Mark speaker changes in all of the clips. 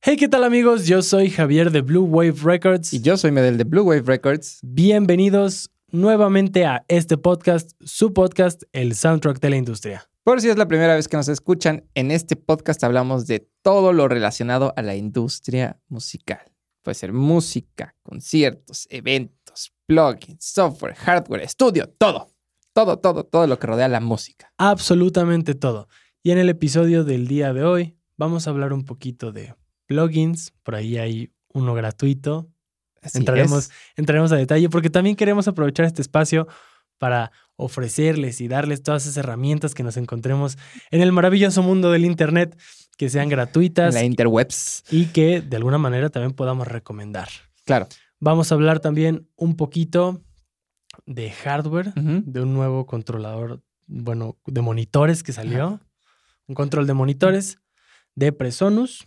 Speaker 1: Hey, ¿qué tal amigos? Yo soy Javier de Blue Wave Records.
Speaker 2: Y yo soy Medel de Blue Wave Records.
Speaker 1: Bienvenidos nuevamente a este podcast, su podcast, el soundtrack de la industria.
Speaker 2: Por si es la primera vez que nos escuchan, en este podcast hablamos de todo lo relacionado a la industria musical. Puede ser música, conciertos, eventos, plugins, software, hardware, estudio, todo. Todo, todo, todo lo que rodea la música.
Speaker 1: Absolutamente todo. Y en el episodio del día de hoy vamos a hablar un poquito de plugins. Por ahí hay uno gratuito.
Speaker 2: Así
Speaker 1: Entraremos,
Speaker 2: es.
Speaker 1: entraremos a detalle porque también queremos aprovechar este espacio para ofrecerles y darles todas esas herramientas que nos encontremos en el maravilloso mundo del Internet, que sean
Speaker 2: En
Speaker 1: gratuitas
Speaker 2: la interwebs.
Speaker 1: y que de alguna manera también podamos recomendar.
Speaker 2: Claro.
Speaker 1: Vamos a hablar también un poquito de hardware,
Speaker 2: Ujú.
Speaker 1: de un nuevo controlador, bueno, de monitores que salió, un control de monitores de Presonus.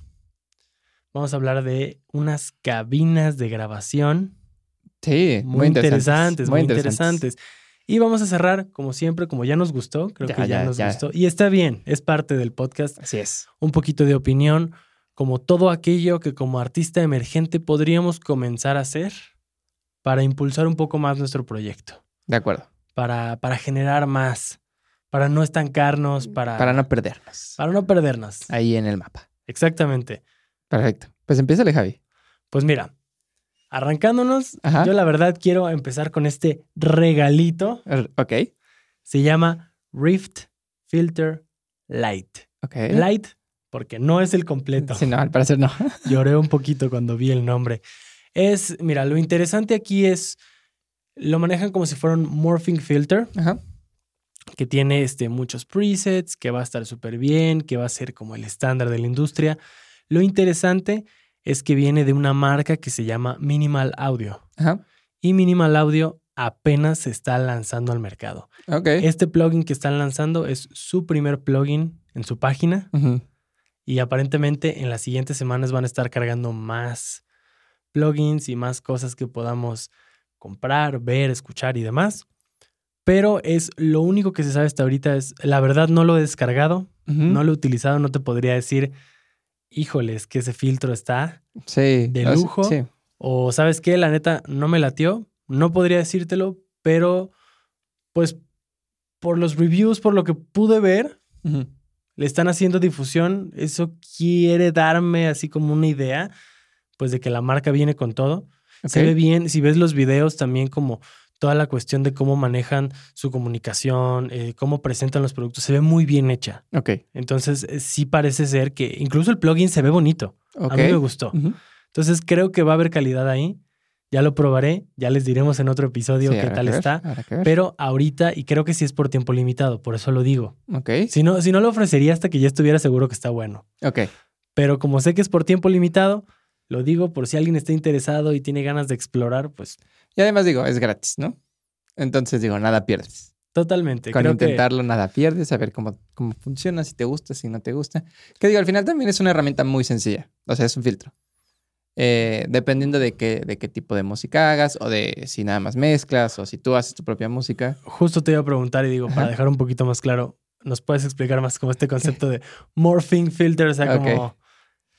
Speaker 1: Vamos a hablar de unas cabinas de grabación
Speaker 2: Sí,
Speaker 1: muy, interesantes, muy interesantes. Y vamos a cerrar, como siempre, como ya nos gustó, creo
Speaker 2: Ya,
Speaker 1: que ya,
Speaker 2: ya,
Speaker 1: nos
Speaker 2: ya.
Speaker 1: gustó. Y está bien, es parte del podcast,
Speaker 2: Así es.
Speaker 1: un poquito de opinión, como todo aquello que como artista emergente podríamos comenzar a hacer para impulsar un poco más nuestro proyecto,
Speaker 2: De acuerdo.
Speaker 1: para, para generar más, para no estancarnos, para,
Speaker 2: Mm, Para no perdernos.
Speaker 1: para no perdernos.
Speaker 2: Ahí en el mapa.
Speaker 1: Exactamente.
Speaker 2: Perfecto. Pues empiézale, Javi.
Speaker 1: Pues mira, arrancándonos,
Speaker 2: Ajá.
Speaker 1: yo la verdad quiero empezar con este regalito.
Speaker 2: Er, Ok.
Speaker 1: Se llama Rift Filter Light.
Speaker 2: Ok.
Speaker 1: Light porque no es el completo.
Speaker 2: Sí, no, al parecer no.
Speaker 1: Lloré un poquito cuando vi el nombre. Es, mira, lo interesante aquí es, lo manejan como si fuera un morphing filter,
Speaker 2: Ajá.
Speaker 1: que tiene este, muchos presets, que va a estar súper bien, que va a ser como el estándar de la industria. Lo interesante es que viene de una marca que se llama Minimal Audio.
Speaker 2: Ajá.
Speaker 1: Y Minimal Audio apenas se está lanzando al mercado.
Speaker 2: Ok.
Speaker 1: Este plugin que están lanzando es su primer plugin en su página.
Speaker 2: Ujú.
Speaker 1: Y aparentemente en las siguientes semanas van a estar cargando más plugins y más cosas que podamos comprar, ver, escuchar y demás. Pero es lo único que se sabe hasta ahorita es, la verdad no lo he descargado,
Speaker 2: Ujú.
Speaker 1: no lo he utilizado, no te podría decir, híjoles, que ese filtro está.
Speaker 2: Sí.
Speaker 1: de
Speaker 2: o sea,
Speaker 1: lujo.
Speaker 2: Sí.
Speaker 1: O sabes qué, la neta no me latió, no podría decírtelo, pero pues por los reviews, por lo que pude ver,
Speaker 2: Ujú.
Speaker 1: le están haciendo difusión. Eso quiere darme así como una idea, pues de que la marca viene con todo. Se
Speaker 2: Ok.
Speaker 1: ve bien, si ves los videos también como toda la cuestión de cómo manejan su comunicación, eh, cómo presentan los productos, se ve muy bien hecha.
Speaker 2: Ok.
Speaker 1: Entonces eh, sí parece ser que incluso el plugin se ve bonito.
Speaker 2: Ok.
Speaker 1: A mí me gustó.
Speaker 2: Ujú.
Speaker 1: Entonces creo que va a haber calidad ahí. Ya lo probaré, ya les diremos en otro episodio
Speaker 2: Sí,
Speaker 1: qué
Speaker 2: habrá
Speaker 1: tal
Speaker 2: que ver,
Speaker 1: está.
Speaker 2: habrá que ver.
Speaker 1: Pero ahorita, y creo que sí es por tiempo limitado, por eso lo digo.
Speaker 2: Ok.
Speaker 1: Si no, si no lo ofrecería hasta que ya estuviera seguro que está bueno.
Speaker 2: Ok.
Speaker 1: Pero como sé que es por tiempo limitado, lo digo por si alguien está interesado y tiene ganas de explorar, pues
Speaker 2: Y además digo, es gratis, ¿no? Entonces digo, nada pierdes.
Speaker 1: totalmente.
Speaker 2: Con
Speaker 1: Creo que-
Speaker 2: intentarlo, nada pierdes, a ver cómo, cómo funciona, si te gusta, si no te gusta. Que digo, al final también es una herramienta muy sencilla. O sea, es un filtro. Eh, dependiendo de qué, de qué tipo de música hagas, o de si nada más mezclas, o si tú haces tu propia música.
Speaker 1: justo te iba a preguntar y digo, para
Speaker 2: Ajá.
Speaker 1: dejar un poquito más claro, ¿nos puedes explicar más como este concepto de morphing filter? O sea, como,
Speaker 2: Ok.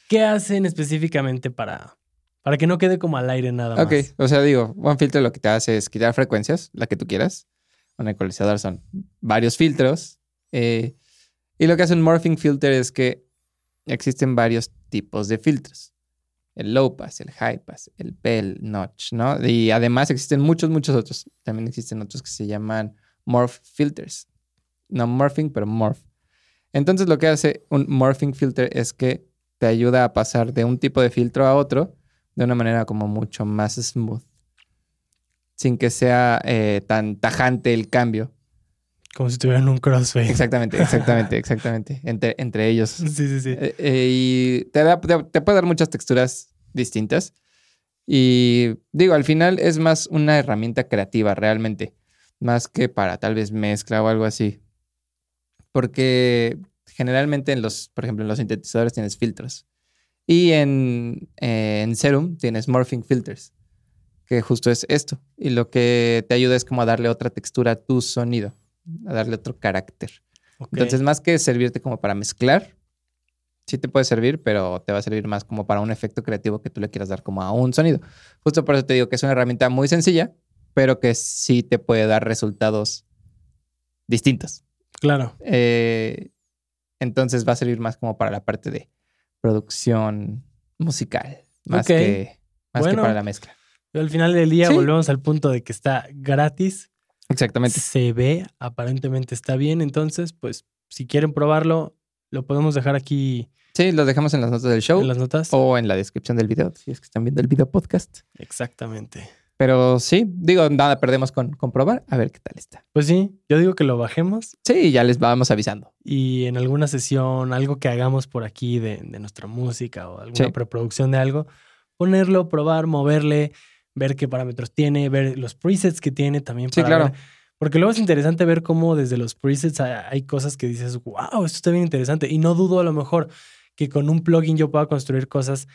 Speaker 1: ¿qué hacen específicamente para, para que no quede como al aire nada más?
Speaker 2: Ok, o sea, digo, One Filter lo que te hace es quitar frecuencias, la que tú quieras. Un ecualizador son varios filtros. eh, y lo que hace un morphing filter es que existen varios tipos de filtros. El low pass, el high pass, el bell, notch, ¿no? Y además existen muchos, muchos otros. También existen otros que se llaman morph filters. No morphing, pero morph. Entonces lo que hace un morphing filter es que te ayuda a pasar de un tipo de filtro a otro de una manera como mucho más smooth. Sin que sea eh, tan tajante el cambio.
Speaker 1: Como si tuvieran un crossfade.
Speaker 2: Exactamente, exactamente, exactamente. Entre, entre ellos.
Speaker 1: Sí, sí, sí.
Speaker 2: Eh, eh, y te, da- te- te puede dar muchas texturas distintas. Y digo, al final es más una herramienta creativa realmente. Más que para tal vez mezcla o algo así. Porque generalmente en los, por ejemplo, en los sintetizadores tienes filtros. Y en, eh, en Serum tienes morphing filters. Que justo es esto. Y lo que te ayuda es como a darle otra textura a tu sonido. A darle otro carácter.
Speaker 1: Ok.
Speaker 2: Entonces, más que servirte como para mezclar, sí te puede servir, pero te va a servir más como para un efecto creativo que tú le quieras dar como a un sonido. Justo por eso te digo que es una herramienta muy sencilla, pero que sí te puede dar resultados distintos.
Speaker 1: Claro.
Speaker 2: Eh, entonces va a servir más como para la parte de producción musical, más,
Speaker 1: Ok.
Speaker 2: que, más
Speaker 1: Bueno.
Speaker 2: que para la mezcla.
Speaker 1: Pero al final del día
Speaker 2: Sí.
Speaker 1: volvemos al punto de que está gratis,
Speaker 2: Exactamente.
Speaker 1: se ve, aparentemente está bien. Entonces, pues, si quieren probarlo, lo podemos dejar aquí
Speaker 2: Sí, los dejamos en las notas del show
Speaker 1: en las notas.
Speaker 2: o en la descripción del video, si es que están viendo el video podcast.
Speaker 1: Exactamente.
Speaker 2: Pero sí, digo, nada perdemos con comprobar, a ver qué tal está.
Speaker 1: Pues sí, yo digo que lo bajemos
Speaker 2: Sí, ya les vamos avisando.
Speaker 1: y en alguna sesión, algo que hagamos por aquí de, de nuestra música o alguna
Speaker 2: Sí.
Speaker 1: preproducción de algo, ponerlo, probar, moverle, ver qué parámetros tiene, ver los presets que tiene también.
Speaker 2: Sí,
Speaker 1: para
Speaker 2: claro.
Speaker 1: ver- porque luego es interesante ver cómo desde los presets ha- hay cosas que dices, wow, esto está bien interesante. Y no dudo a lo mejor que con un plugin yo pueda construir cosas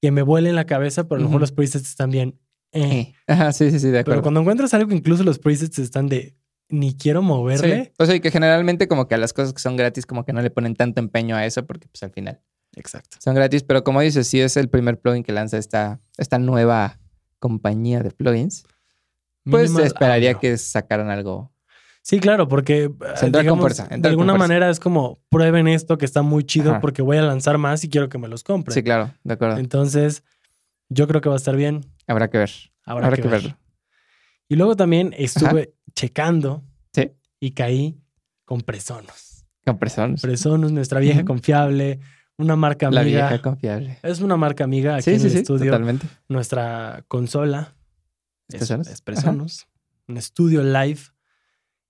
Speaker 1: que me vuelen la cabeza, pero a lo mejor
Speaker 2: Ujú.
Speaker 1: los presets están bien. eh.
Speaker 2: Eh, Ajá, sí, sí, sí, de
Speaker 1: Pero
Speaker 2: acuerdo.
Speaker 1: cuando encuentras algo, que incluso los presets están de ni quiero moverle.
Speaker 2: Sí. O sea, y que generalmente como que a las cosas que son gratis como que no le ponen tanto empeño a eso porque pues al final
Speaker 1: Exacto.
Speaker 2: son gratis, pero como dices, sí es el primer plugin que lanza esta, esta nueva compañía de plugins, pues
Speaker 1: Minimal
Speaker 2: esperaría
Speaker 1: audio.
Speaker 2: que sacaran algo.
Speaker 1: Sí, claro, porque. eh,
Speaker 2: entrar con fuerza, entrar
Speaker 1: de
Speaker 2: con
Speaker 1: alguna
Speaker 2: fuerza.
Speaker 1: manera es como prueben esto que está muy chido
Speaker 2: Ajá.
Speaker 1: porque voy a lanzar más y quiero que me los compren.
Speaker 2: Sí, claro, de acuerdo.
Speaker 1: Entonces, yo creo que va a estar bien.
Speaker 2: Habrá que ver.
Speaker 1: Habrá,
Speaker 2: Habrá,
Speaker 1: que,
Speaker 2: que,
Speaker 1: ver.
Speaker 2: verlo.
Speaker 1: Y luego también estuve checando
Speaker 2: Sí.
Speaker 1: y caí con Presonos.
Speaker 2: Con personas.
Speaker 1: Presonos, nuestra vieja
Speaker 2: Ujú.
Speaker 1: confiable, una marca
Speaker 2: La
Speaker 1: amiga.
Speaker 2: vieja confiable.
Speaker 1: Es una marca amiga aquí
Speaker 2: Sí,
Speaker 1: en
Speaker 2: sí,
Speaker 1: el
Speaker 2: sí,
Speaker 1: estudio.
Speaker 2: totalmente.
Speaker 1: Nuestra consola
Speaker 2: ¿Es
Speaker 1: es,
Speaker 2: Presonus?
Speaker 1: es Presonus, un estudio live.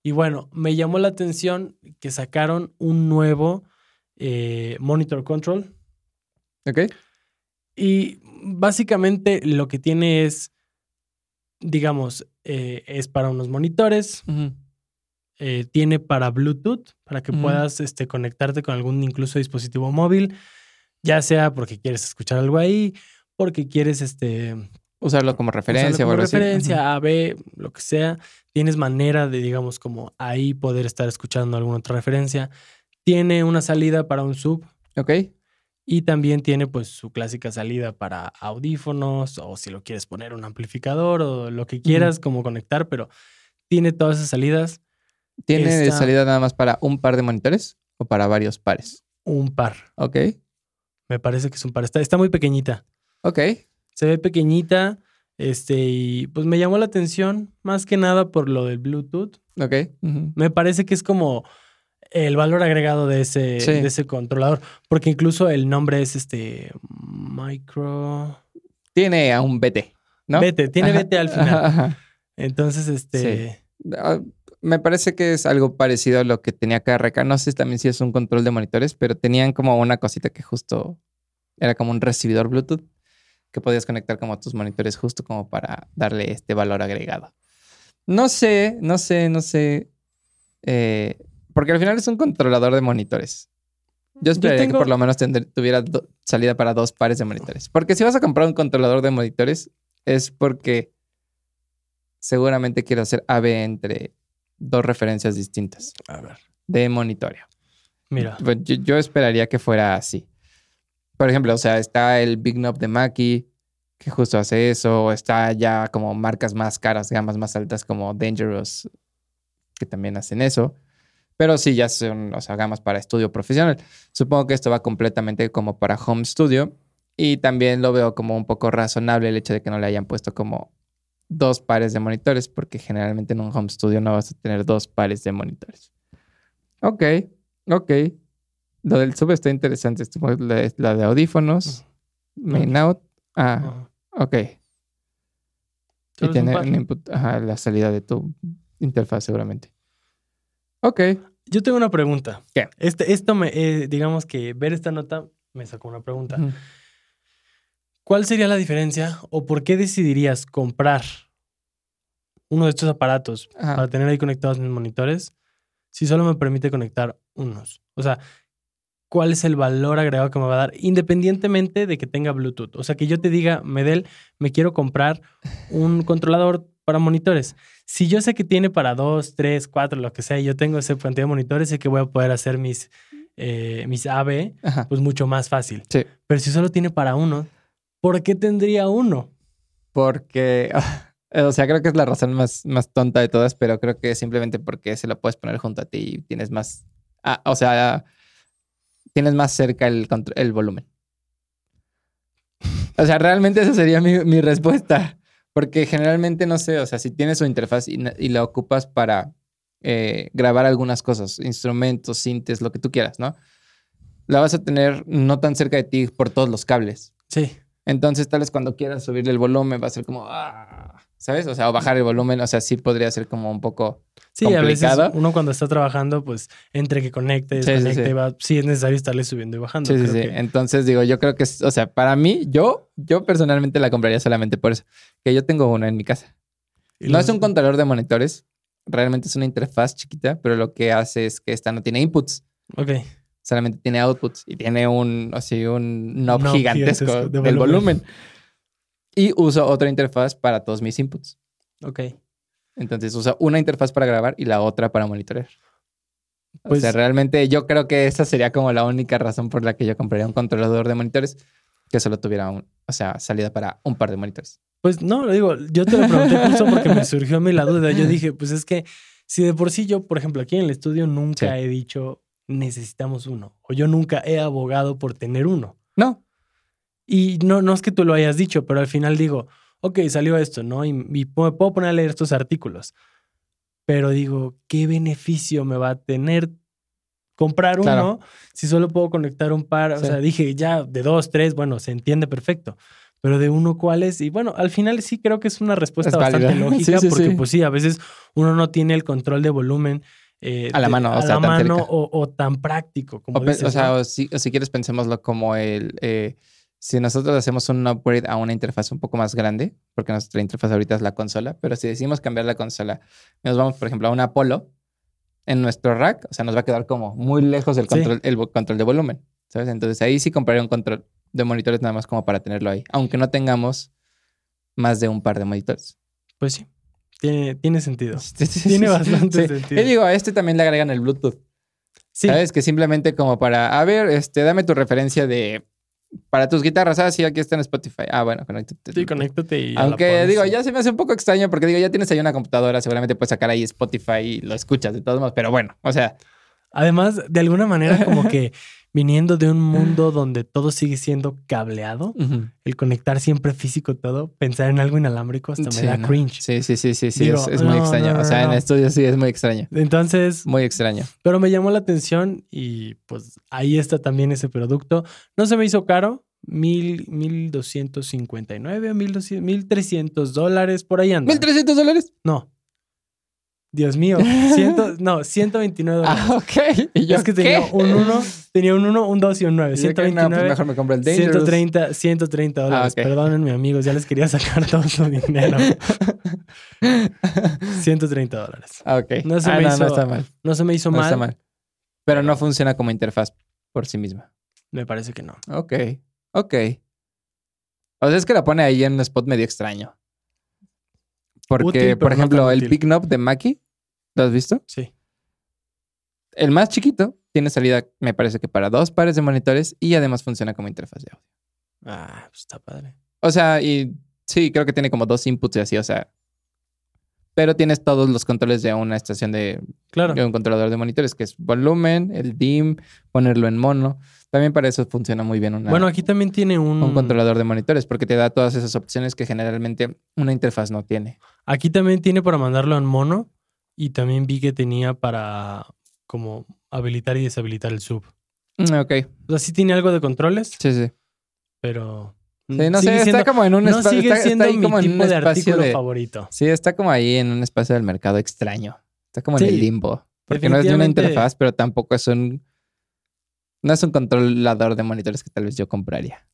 Speaker 1: Y bueno, me llamó la atención que sacaron un nuevo eh, monitor control.
Speaker 2: Ok.
Speaker 1: Y básicamente lo que tiene es, digamos, eh, es para unos monitores,
Speaker 2: Ujú.
Speaker 1: eh, tiene para Bluetooth, para que
Speaker 2: Ujú.
Speaker 1: puedas este, conectarte con algún incluso dispositivo móvil, ya sea porque quieres escuchar algo ahí, porque quieres este,
Speaker 2: Usarlo como referencia
Speaker 1: usarlo
Speaker 2: o
Speaker 1: como
Speaker 2: algo así.
Speaker 1: referencia,
Speaker 2: Ujú.
Speaker 1: A, B, lo que sea. Tienes manera de, digamos, como ahí poder estar escuchando alguna otra referencia. Tiene una salida para un sub
Speaker 2: Ok.
Speaker 1: y también tiene pues su clásica salida para audífonos o si lo quieres poner un amplificador o lo que quieras como conectar, pero tiene todas esas salidas,
Speaker 2: ¿Tiene
Speaker 1: Esta-
Speaker 2: salida nada más para un par de monitores o para varios pares?
Speaker 1: un par.
Speaker 2: Ok,
Speaker 1: Me parece que es un par. Está, está muy pequeñita.
Speaker 2: ok.
Speaker 1: Se ve pequeñita. Este, y pues me llamó la atención más que nada por lo del Bluetooth.
Speaker 2: Ok. ujú.
Speaker 1: Me parece que es como el valor agregado de ese,
Speaker 2: Sí.
Speaker 1: de ese controlador. Porque incluso el nombre es este micro.
Speaker 2: Tiene a un BT, ¿no?
Speaker 1: Vete, tiene
Speaker 2: Ajá,
Speaker 1: vete al final.
Speaker 2: ajá, ajá.
Speaker 1: Entonces, este.
Speaker 2: Ah, Me parece que es algo parecido a lo que tenía KRK. No sé también si es un control de monitores, pero tenían como una cosita que justo era como un recibidor Bluetooth que podías conectar como a tus monitores justo como para darle este valor agregado. No sé, no sé, no sé. eh, porque al final es un controlador de monitores. Yo esperaría
Speaker 1: tengo-
Speaker 2: que por lo menos tendr- tuviera do- salida para dos pares de monitores. Porque si vas a comprar un controlador de monitores, es porque seguramente quiero hacer AB entre dos referencias distintas
Speaker 1: A ver.
Speaker 2: de monitoreo.
Speaker 1: Mira.
Speaker 2: Pues Yo, yo esperaría que fuera así. Por ejemplo, o sea, está el Big Knob de Maki, que justo hace eso. o Está ya como marcas más caras, gamas más altas como Dangerous, que también hacen eso. Pero sí, ya son, o sea, gamas para estudio profesional. Supongo que esto va completamente como para home studio. Y también lo veo como un poco razonable el hecho de que no le hayan puesto como dos pares de monitores, porque generalmente en un home studio no vas a tener dos pares de monitores. Ok, ok. Lo del sub está interesante. Estuvo La, la de audífonos, main out. Ah,
Speaker 1: Ajá.
Speaker 2: ok. Y
Speaker 1: Solo es un
Speaker 2: tiene
Speaker 1: par.
Speaker 2: un input, ajá, la salida de tu interfaz seguramente. Ok.
Speaker 1: Yo tengo una pregunta.
Speaker 2: ¿Qué?
Speaker 1: Este, esto me, eh, digamos que ver esta nota me sacó una pregunta.
Speaker 2: Ujú.
Speaker 1: ¿Cuál sería la diferencia o por qué decidirías comprar uno de estos aparatos
Speaker 2: Ajá.
Speaker 1: para tener ahí conectados mis monitores si solo me permite conectar unos? O sea, ¿cuál es el valor agregado que me va a dar independientemente de que tenga Bluetooth? O sea, que yo te diga, Medel, me quiero comprar un controlador para monitores. Si yo sé que tiene para dos, tres, cuatro, lo que sea, y yo tengo ese cantidad de monitores, sé que voy a poder hacer mis eh, mis AB,
Speaker 2: Ajá.
Speaker 1: pues mucho más fácil.
Speaker 2: Sí.
Speaker 1: Pero si solo tiene para uno, ¿por qué tendría uno?
Speaker 2: Porque, o sea, creo que es la razón más, más tonta de todas, pero creo que es simplemente porque se lo puedes poner junto a ti y tienes más, ah, o sea, tienes más cerca el, contr- el volumen. O sea, realmente esa sería mi, mi respuesta. Porque generalmente, no sé, o sea, si tienes su interfaz y, na- y la ocupas para eh, grabar algunas cosas, instrumentos, sintes, lo que tú quieras, ¿no? La vas a tener no tan cerca de ti por todos los cables.
Speaker 1: Sí.
Speaker 2: Entonces, tal vez cuando quieras subirle el volumen, va a ser como, "Ah", ¿sabes? O sea, o bajar el volumen, o sea, sí podría ser como un poco.
Speaker 1: Sí, a
Speaker 2: Complicado.
Speaker 1: veces uno cuando está trabajando, pues entre que conecte,
Speaker 2: Sí, sí,
Speaker 1: desconecte,
Speaker 2: sí.
Speaker 1: va- sí es necesario estarle subiendo y bajando.
Speaker 2: Sí, sí,
Speaker 1: creo
Speaker 2: sí.
Speaker 1: que-
Speaker 2: Entonces, digo, yo creo que, es- o sea, para mí, yo, yo personalmente la compraría solamente por eso, que yo tengo uno en mi casa.
Speaker 1: y
Speaker 2: No
Speaker 1: los-
Speaker 2: es un controlador de monitores, realmente es una interfaz chiquita, pero lo que hace es que esta no tiene inputs,
Speaker 1: Ok.
Speaker 2: solamente tiene outputs y tiene un, así, un knob
Speaker 1: Knob
Speaker 2: gigantesco,
Speaker 1: gigantesco de
Speaker 2: del
Speaker 1: volumen.
Speaker 2: volumen. Y uso otra interfaz para todos mis inputs.
Speaker 1: Ok.
Speaker 2: Entonces usa una interfaz para grabar y la otra para monitorear.
Speaker 1: Pues-
Speaker 2: o sea, realmente yo creo que esa sería como la única razón por la que yo compraría un controlador de monitores que solo tuviera un, o sea, salida para un par de monitores.
Speaker 1: Pues no, lo digo, yo te lo pregunté justo porque me surgió a mí la duda. Yo dije, pues es que si de por sí yo, por ejemplo, aquí en el estudio nunca he dicho necesitamos uno o yo nunca he abogado por tener uno.
Speaker 2: No,
Speaker 1: Y no, no es que tú lo hayas dicho, pero al final digo, ok, salió esto, ¿no? Y, y po- puedo poner a leer estos artículos. Pero digo, ¿qué beneficio me va a tener comprar uno
Speaker 2: Claro.
Speaker 1: si solo puedo conectar un par? O
Speaker 2: Sí.
Speaker 1: sea, dije, ya, de dos, tres, bueno, se entiende perfecto. Pero de uno, ¿cuál es? Y bueno, al final sí creo que es una respuesta
Speaker 2: Es válida.
Speaker 1: bastante lógica,
Speaker 2: Sí, sí,
Speaker 1: porque
Speaker 2: sí.
Speaker 1: pues sí, a veces uno no tiene el control de volumen. eh,
Speaker 2: A la
Speaker 1: de-
Speaker 2: mano, o
Speaker 1: a la
Speaker 2: sea, tan
Speaker 1: mano
Speaker 2: cerca.
Speaker 1: o, o tan práctico como
Speaker 2: o, pe-
Speaker 1: dices,
Speaker 2: o sea,
Speaker 1: ¿no?
Speaker 2: o si, o si quieres pensémoslo como el, eh, si nosotros hacemos un upgrade a una interfaz un poco más grande, porque nuestra interfaz ahorita es la consola, pero si decidimos cambiar la consola, nos vamos, por ejemplo, a un Apollo en nuestro rack, o sea, nos va a quedar como muy lejos del
Speaker 1: Sí.
Speaker 2: control, el vo- control de volumen, ¿sabes? Entonces ahí sí compraría un control de monitores nada más como para tenerlo ahí, aunque no tengamos más de un par de monitores.
Speaker 1: Pues sí, tiene, tiene sentido. Tiene
Speaker 2: Tiene
Speaker 1: bastante sentido.
Speaker 2: Y digo, a este también le agregan el Bluetooth.
Speaker 1: Sí,
Speaker 2: ¿Sabes? Que simplemente como para, a ver, este, dame tu referencia de, para tus guitarras, ah, sí, aquí está en Spotify. Ah, bueno, conéctate.
Speaker 1: Sí, conéctate y. ya la
Speaker 2: Aunque
Speaker 1: pones,
Speaker 2: digo,
Speaker 1: sí.
Speaker 2: ya se me hace un poco extraño porque digo, ya tienes ahí una computadora, seguramente puedes sacar ahí Spotify y lo escuchas de todos modos, pero bueno, o sea,
Speaker 1: Además, de alguna manera, como que viniendo de un mundo donde todo sigue siendo cableado, el conectar siempre físico todo, pensar en algo inalámbrico hasta me
Speaker 2: Sí,
Speaker 1: da
Speaker 2: no.
Speaker 1: cringe.
Speaker 2: sí, sí, sí, sí, sí,
Speaker 1: Digo,
Speaker 2: es, es muy
Speaker 1: no,
Speaker 2: extraño.
Speaker 1: no, no,
Speaker 2: o sea,
Speaker 1: no.
Speaker 2: en estudio sí es muy extraño,
Speaker 1: Entonces,
Speaker 2: muy extraño.
Speaker 1: pero me llamó la atención y pues ahí está también ese producto. No se me hizo caro. Mil, mil doscientos cincuenta y nueve, mil doscientos, mil trescientos dólares, por ahí anda.
Speaker 2: ¿1.300 dólares?
Speaker 1: No. Dios mío. Ciento, no, ciento veintinueve dólares.
Speaker 2: Ah, ok. Y yo,
Speaker 1: es que
Speaker 2: ¿qué?
Speaker 1: tenía un 1, tenía un 1, un 2 y un 9.
Speaker 2: Y yo que, no, pues
Speaker 1: 129,
Speaker 2: mejor me compro el Dangerous.
Speaker 1: 130, 130 dólares.
Speaker 2: Ah, ok.
Speaker 1: Perdónenme, amigos, ya les quería sacar todo su dinero. 130 dólares.
Speaker 2: Ah, ok.
Speaker 1: No se
Speaker 2: Ah,
Speaker 1: me
Speaker 2: no,
Speaker 1: hizo
Speaker 2: no está mal.
Speaker 1: No se me hizo
Speaker 2: No
Speaker 1: mal.
Speaker 2: está mal. Pero no funciona como interfaz por sí misma.
Speaker 1: Me parece que no.
Speaker 2: Ok, ok. O sea, es que la pone ahí en un spot medio extraño. Porque,
Speaker 1: Útil, pero
Speaker 2: por
Speaker 1: no
Speaker 2: ejemplo,
Speaker 1: tan
Speaker 2: el
Speaker 1: útil.
Speaker 2: Big Knob de Mackie, ¿lo has visto?
Speaker 1: Sí.
Speaker 2: El más chiquito tiene salida, me parece que para dos pares de monitores y además funciona como interfaz de audio.
Speaker 1: Ah, pues está padre.
Speaker 2: O sea, y sí, creo que tiene como dos inputs y así, o sea. Pero tienes todos los controles de una estación de,
Speaker 1: Claro.
Speaker 2: de un controlador de monitores, que es volumen, el DIM, ponerlo en mono. También para eso funciona muy bien una,
Speaker 1: Bueno, aquí también tiene un,
Speaker 2: un controlador de monitores porque te da todas esas opciones que generalmente una interfaz no tiene.
Speaker 1: Aquí también tiene para mandarlo en mono. Y también vi que tenía para como habilitar y deshabilitar el sub.
Speaker 2: Mm, Ok,
Speaker 1: O sea, sí tiene algo de controles,
Speaker 2: sí, sí.
Speaker 1: pero. Mm,
Speaker 2: Sí, no
Speaker 1: sigue
Speaker 2: sé,
Speaker 1: siendo-
Speaker 2: está como en un
Speaker 1: no
Speaker 2: espa-
Speaker 1: sigue
Speaker 2: está- está
Speaker 1: siendo
Speaker 2: ahí
Speaker 1: mi
Speaker 2: como en un
Speaker 1: tipo de
Speaker 2: espacio
Speaker 1: artículo
Speaker 2: de-
Speaker 1: favorito.
Speaker 2: Sí, está como ahí en un espacio del mercado extraño. Está como en
Speaker 1: Sí,
Speaker 2: el limbo. Porque no es de una
Speaker 1: definitivamente.
Speaker 2: interfaz, pero tampoco es un. No es un controlador de monitores que tal vez yo compraría.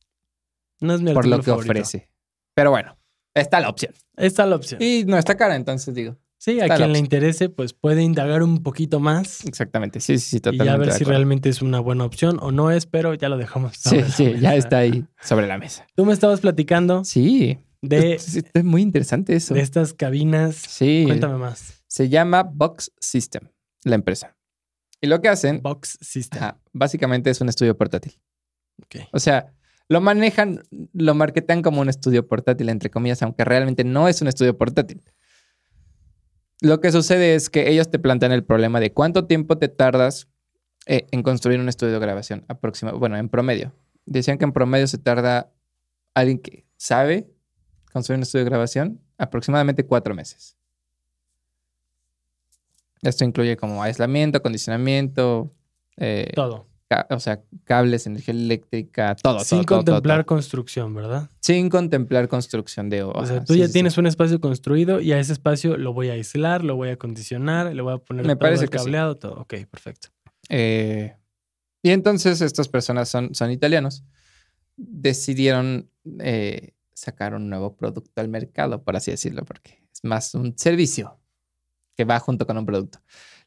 Speaker 1: No es mi
Speaker 2: Por lo
Speaker 1: artículo
Speaker 2: que
Speaker 1: favorito.
Speaker 2: ofrece. Pero bueno, está la opción.
Speaker 1: Está la opción.
Speaker 2: Y no está cara, entonces digo.
Speaker 1: sí, a
Speaker 2: está la
Speaker 1: quien le
Speaker 2: opción.
Speaker 1: interese, pues puede indagar un poquito más
Speaker 2: Exactamente. Sí, sí, sí,
Speaker 1: y
Speaker 2: totalmente.
Speaker 1: ya ver
Speaker 2: de
Speaker 1: si
Speaker 2: acuerdo.
Speaker 1: realmente es una buena opción o no es, pero ya lo dejamos.
Speaker 2: Sí,
Speaker 1: sobre la
Speaker 2: sí, ya
Speaker 1: mesa.
Speaker 2: está ahí sobre la mesa.
Speaker 1: Tú me estabas platicando
Speaker 2: Sí.
Speaker 1: de,
Speaker 2: Es, es muy interesante eso.
Speaker 1: de estas cabinas.
Speaker 2: Sí.
Speaker 1: Cuéntame más.
Speaker 2: Se llama Box System, la empresa. Y lo que hacen,
Speaker 1: Box System.
Speaker 2: ajá, básicamente es un estudio portátil.
Speaker 1: Ok.
Speaker 2: O sea, lo manejan, lo marketan como un estudio portátil, entre comillas, aunque realmente no es un estudio portátil. Lo que sucede es que ellos te plantean el problema de cuánto tiempo te tardas eh, en construir un estudio de grabación aproxima- bueno, en promedio. Decían que en promedio se tarda alguien que sabe construir un estudio de grabación aproximadamente cuatro meses. Esto incluye como aislamiento, acondicionamiento, eh,
Speaker 1: Todo.
Speaker 2: ca- o sea, cables, energía eléctrica, todo.
Speaker 1: Sin
Speaker 2: todo, todo, todo,
Speaker 1: contemplar
Speaker 2: todo.
Speaker 1: construcción, ¿verdad?
Speaker 2: Sin contemplar construcción de
Speaker 1: O
Speaker 2: hojas.
Speaker 1: sea, tú ya tienes un espacio construido y a ese espacio lo voy a aislar, lo voy a acondicionar, le voy a poner
Speaker 2: Me
Speaker 1: todo
Speaker 2: parece
Speaker 1: el
Speaker 2: que sí.
Speaker 1: cableado, todo. Ok, perfecto.
Speaker 2: Eh, y entonces estas personas son, son italianos. Decidieron eh, sacar un nuevo producto al mercado, por así decirlo, porque es más un servicio que va junto con un producto.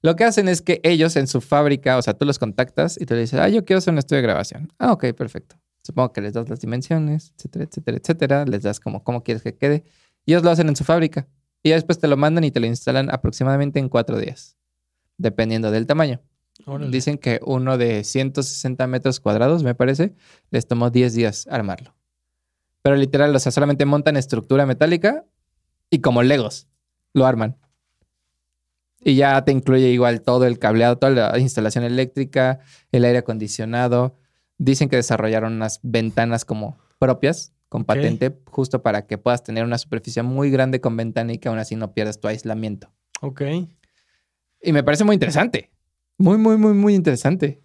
Speaker 2: Lo que hacen es que ellos en su fábrica, o sea, tú los contactas y tú le dices, ah, yo quiero hacer un estudio de grabación. Ah, ok, perfecto. Supongo que les das las dimensiones, etcétera, etcétera, etcétera. Les das como cómo quieres que quede. Y ellos lo hacen en su fábrica. Y ya después te lo mandan y te lo instalan aproximadamente en cuatro días, dependiendo del tamaño.
Speaker 1: Órale.
Speaker 2: Dicen que uno de 160 metros cuadrados, me parece, les tomó 10 días armarlo. Pero literal, o sea, solamente montan estructura metálica y como legos lo arman. Y ya te incluye igual todo el cableado, toda la instalación eléctrica, el aire acondicionado. Dicen que desarrollaron unas ventanas como propias, con
Speaker 1: Ok.
Speaker 2: patente, justo para que puedas tener una superficie muy grande con ventana y que aún así no pierdas tu aislamiento.
Speaker 1: Ok.
Speaker 2: Y me parece muy interesante. Muy, muy, muy, muy interesante.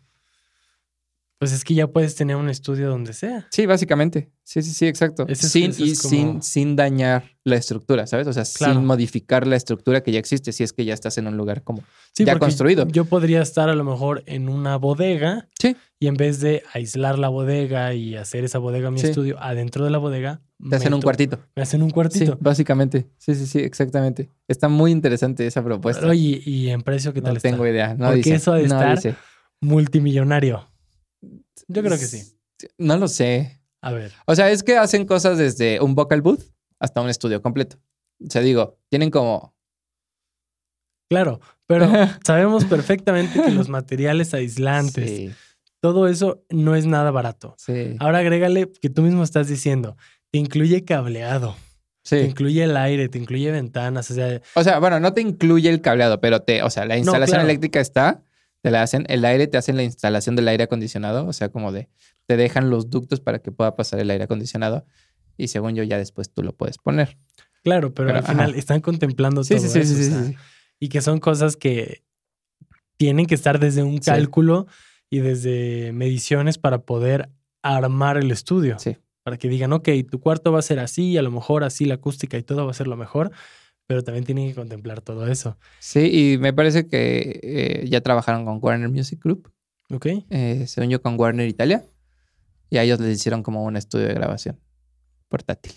Speaker 1: Pues es que ya puedes tener un estudio donde sea.
Speaker 2: Sí, básicamente. Sí, sí, sí, exacto.
Speaker 1: Ese es-
Speaker 2: sin,
Speaker 1: ese
Speaker 2: y
Speaker 1: es como-
Speaker 2: sin, sin dañar la estructura, ¿sabes? O sea,
Speaker 1: Claro.
Speaker 2: sin modificar la estructura que ya existe, si es que ya estás en un lugar como.
Speaker 1: Sí,
Speaker 2: Ya
Speaker 1: porque
Speaker 2: construido.
Speaker 1: Yo podría estar a lo mejor en una bodega
Speaker 2: Sí.
Speaker 1: y en vez de aislar la bodega y hacer esa bodega mi
Speaker 2: Sí.
Speaker 1: estudio adentro de la bodega,
Speaker 2: Te hacen
Speaker 1: meto-
Speaker 2: un cuartito.
Speaker 1: Me hacen un
Speaker 2: Sí,
Speaker 1: cuartito.
Speaker 2: básicamente. Sí, sí, sí, exactamente. Está muy interesante esa propuesta.
Speaker 1: Oye, ¿y en precio qué tal
Speaker 2: pues
Speaker 1: está?
Speaker 2: no tengo idea. No
Speaker 1: Porque
Speaker 2: dice.
Speaker 1: eso ha de
Speaker 2: no
Speaker 1: estar-
Speaker 2: dice.
Speaker 1: Multimillonario. Yo creo que sí.
Speaker 2: No lo sé.
Speaker 1: A ver.
Speaker 2: O sea, es que hacen cosas desde un vocal booth hasta un estudio completo. O sea, digo, tienen como.
Speaker 1: Claro, pero sabemos perfectamente que los materiales aislantes,
Speaker 2: Sí,
Speaker 1: todo eso no es nada barato.
Speaker 2: sí.
Speaker 1: Ahora agrégale que tú mismo estás diciendo, te incluye cableado, te
Speaker 2: sí.
Speaker 1: incluye el aire, te incluye ventanas, o sea,
Speaker 2: O sea, bueno, no te incluye el cableado, pero te, o sea, la instalación
Speaker 1: claro.
Speaker 2: eléctrica está, te la hacen, el aire te hacen la instalación del aire acondicionado, o sea, como de, te dejan los ductos para que pueda pasar el aire acondicionado y según yo ya después tú lo puedes poner.
Speaker 1: claro, pero,
Speaker 2: Pero,
Speaker 1: al final
Speaker 2: ajá.
Speaker 1: están contemplando
Speaker 2: Sí,
Speaker 1: todo
Speaker 2: sí, sí,
Speaker 1: eso,
Speaker 2: sí,
Speaker 1: o
Speaker 2: sí,
Speaker 1: sea,
Speaker 2: sí.
Speaker 1: y que son cosas que tienen que estar desde un
Speaker 2: Sí.
Speaker 1: cálculo y desde mediciones para poder armar el estudio.
Speaker 2: Sí.
Speaker 1: Para que digan, ok, tu cuarto va a ser así, a lo mejor así la acústica y todo va a ser lo mejor, pero también tienen que contemplar todo eso,
Speaker 2: Sí, y me parece que eh, ya trabajaron con Warner Music Group,
Speaker 1: ¿ok?
Speaker 2: eh, según yo con Warner Italia, y a ellos les hicieron como un estudio de grabación portátil.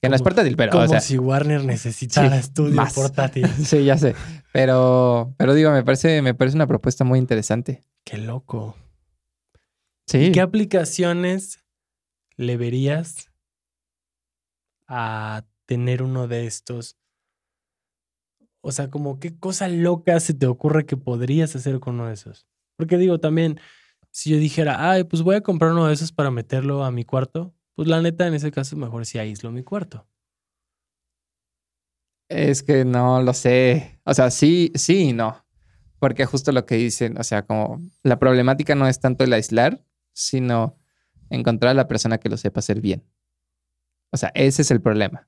Speaker 2: Que no es
Speaker 1: Como-
Speaker 2: portátil, pero
Speaker 1: Como
Speaker 2: o sea,
Speaker 1: si Warner necesitara
Speaker 2: sí,
Speaker 1: estudio
Speaker 2: más.
Speaker 1: portátil.
Speaker 2: sí, ya sé. Pero, pero digo, me parece, me parece una propuesta muy interesante.
Speaker 1: Qué loco.
Speaker 2: Sí.
Speaker 1: ¿Qué aplicaciones le verías a tener uno de estos? O sea, como qué cosa loca se te ocurre que podrías hacer con uno de esos. Porque digo, también, si yo dijera, ay, pues voy a comprar uno de esos para meterlo a mi cuarto, pues la neta, en ese caso, mejor si aíslo mi cuarto.
Speaker 2: Es que no lo sé. O sea, sí, sí y no. Porque justo lo que dicen, o sea, como la problemática no es tanto el aislar, sino encontrar a la persona que lo sepa hacer bien. O sea, ese es el problema.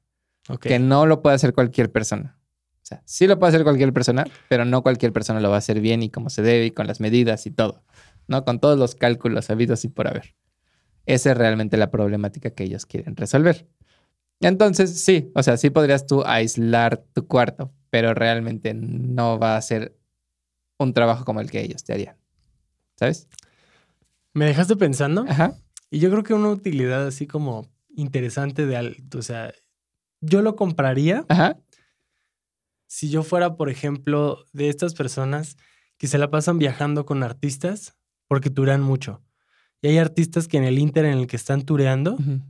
Speaker 1: Ok.
Speaker 2: Que no lo puede hacer cualquier persona. O sea, sí lo puede hacer cualquier persona, pero no cualquier persona lo va a hacer bien y como se debe y con las medidas y todo. ¿No? Con todos los cálculos habidos y por haber. Esa es realmente la problemática que ellos quieren resolver. Entonces, sí, o sea, sí podrías tú aislar tu cuarto, pero realmente no va a ser un trabajo como el que ellos te harían. ¿Sabes?
Speaker 1: Me dejaste pensando.
Speaker 2: Ajá.
Speaker 1: Y yo creo que una utilidad así como interesante de, al- o sea, yo lo compraría
Speaker 2: Ajá.
Speaker 1: si yo fuera, por ejemplo, de estas personas que se la pasan viajando con artistas porque turean mucho. Y hay artistas que en el inter en el que están tureando
Speaker 2: Ujú.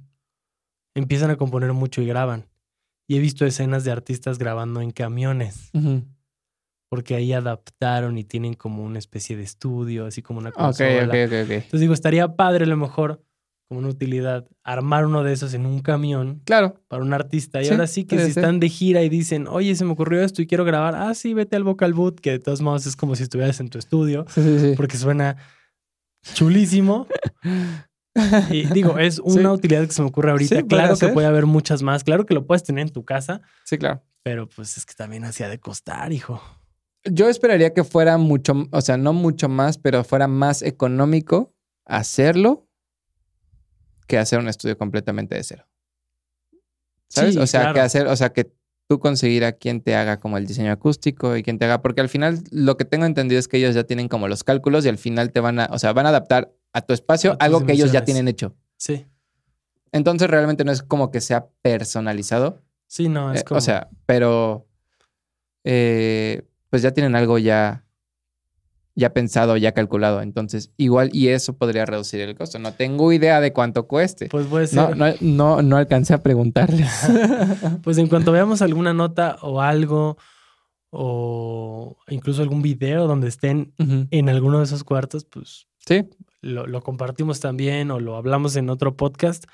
Speaker 1: empiezan a componer mucho y graban. Y he visto escenas de artistas grabando en camiones
Speaker 2: Ujú.
Speaker 1: porque ahí adaptaron y tienen como una especie de estudio, así como una
Speaker 2: Ah, Ok,
Speaker 1: consola.
Speaker 2: ok, ok, ok.
Speaker 1: Entonces digo, estaría padre a lo mejor, como una utilidad, armar uno de esos en un camión
Speaker 2: Claro,
Speaker 1: para un artista. Y
Speaker 2: Sí,
Speaker 1: ahora sí que
Speaker 2: puede
Speaker 1: si
Speaker 2: ser.
Speaker 1: están de gira y dicen, oye, se me ocurrió esto y quiero grabar, ah, sí, vete al vocal boot, que de todos modos es como si estuvieras en tu estudio,
Speaker 2: sí, sí, sí.
Speaker 1: porque suena chulísimo. Y digo, es una utilidad que se me ocurre ahorita.
Speaker 2: Sí, puede
Speaker 1: claro que
Speaker 2: ser.
Speaker 1: puede haber muchas más, claro que lo puedes tener en tu casa,
Speaker 2: Sí, claro.
Speaker 1: pero pues es que también hacía de costar, hijo.
Speaker 2: Yo esperaría que fuera mucho, o sea, no mucho más, pero fuera más económico hacerlo que hacer un estudio completamente de cero. ¿Sabes?
Speaker 1: Sí,
Speaker 2: o sea, que
Speaker 1: claro.
Speaker 2: hacer, o sea, que tú conseguir a quien te haga como el diseño acústico y quien te haga, porque al final lo que tengo entendido es que ellos ya tienen como los cálculos y al final te van a, o sea, van a adaptar a tu espacio
Speaker 1: A tus
Speaker 2: algo que ellos ya
Speaker 1: dimensiones.
Speaker 2: tienen hecho.
Speaker 1: Sí,
Speaker 2: Entonces realmente no es como que sea personalizado,
Speaker 1: sí, no,
Speaker 2: eh,
Speaker 1: es como...
Speaker 2: O sea, pero eh, pues ya tienen algo ya, ya pensado, ya calculado. Entonces, igual, y eso podría reducir el costo. No tengo idea de cuánto cueste.
Speaker 1: pues puede ser.
Speaker 2: No, no, no, no alcancé a preguntarles.
Speaker 1: Pues en cuanto veamos alguna nota o algo, o incluso algún video donde estén
Speaker 2: Ujú.
Speaker 1: en alguno de esos cuartos, pues
Speaker 2: sí,
Speaker 1: lo, lo compartimos también o lo hablamos en otro podcast,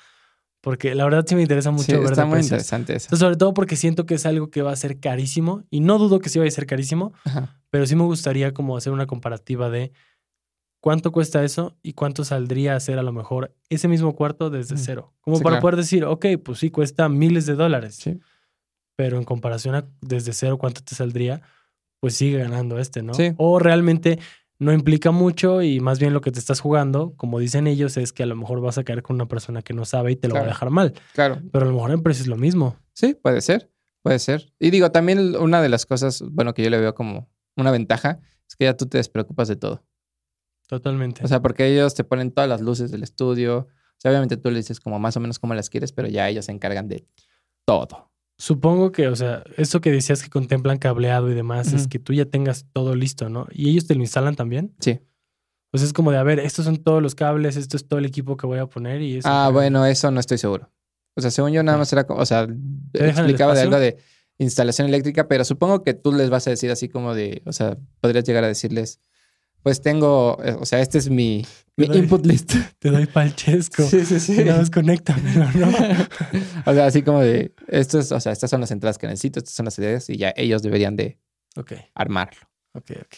Speaker 1: porque la verdad sí me interesa mucho
Speaker 2: sí,
Speaker 1: ver
Speaker 2: está
Speaker 1: de
Speaker 2: muy
Speaker 1: precios.
Speaker 2: interesante eso.
Speaker 1: Entonces, sobre todo porque siento que es algo que va a ser carísimo, y no dudo que sí vaya a ser carísimo,
Speaker 2: Ajá.
Speaker 1: pero sí me gustaría como hacer una comparativa de cuánto cuesta eso y cuánto saldría hacer a lo mejor ese mismo cuarto desde
Speaker 2: Mm.
Speaker 1: cero. Como
Speaker 2: Sí,
Speaker 1: para
Speaker 2: claro.
Speaker 1: poder decir, ok, pues sí, cuesta miles de dólares.
Speaker 2: Sí.
Speaker 1: Pero en comparación a desde cero cuánto te saldría, pues sigue ganando este, ¿no?
Speaker 2: Sí.
Speaker 1: O realmente no implica mucho y más bien lo que te estás jugando, como dicen ellos, es que a lo mejor vas a caer con una persona que no sabe y te lo va
Speaker 2: Claro.
Speaker 1: a dejar mal.
Speaker 2: Claro,
Speaker 1: Pero a lo mejor en precio es lo mismo.
Speaker 2: Sí, puede ser, puede ser. Y digo, también una de las cosas, bueno, que yo le veo como una ventaja, es que ya tú te despreocupas de todo.
Speaker 1: Totalmente.
Speaker 2: O sea, porque ellos te ponen todas las luces del estudio. O sea, obviamente tú le dices como más o menos cómo las quieres, pero ya ellos se encargan de todo.
Speaker 1: Supongo que, o sea, eso que decías que contemplan cableado y demás, es
Speaker 2: Ujú.
Speaker 1: que tú ya tengas todo listo, ¿no? Y ellos te lo instalan también.
Speaker 2: Sí.
Speaker 1: O sea, es como de, a ver, estos son todos los cables, esto es todo el equipo que voy a poner y eso.
Speaker 2: Ah, bueno, eso no estoy seguro. O sea, según yo nada
Speaker 1: Ok.
Speaker 2: más era, co- o sea,
Speaker 1: el
Speaker 2: explicaba de
Speaker 1: espacio?
Speaker 2: algo de instalación eléctrica, pero supongo que tú les vas a decir así como de, o sea, podrías llegar a decirles, pues tengo, eh, o sea, este es mi, mi
Speaker 1: Pero-
Speaker 2: input list.
Speaker 1: Te doy palchesco.
Speaker 2: Sí, sí, sí.
Speaker 1: Nada más conéctamelo, ¿no?
Speaker 2: o sea, así como de, esto es, o sea, estas son las entradas que necesito, estas son las ideas y ya ellos deberían de
Speaker 1: ok,
Speaker 2: armarlo.
Speaker 1: ok, ok.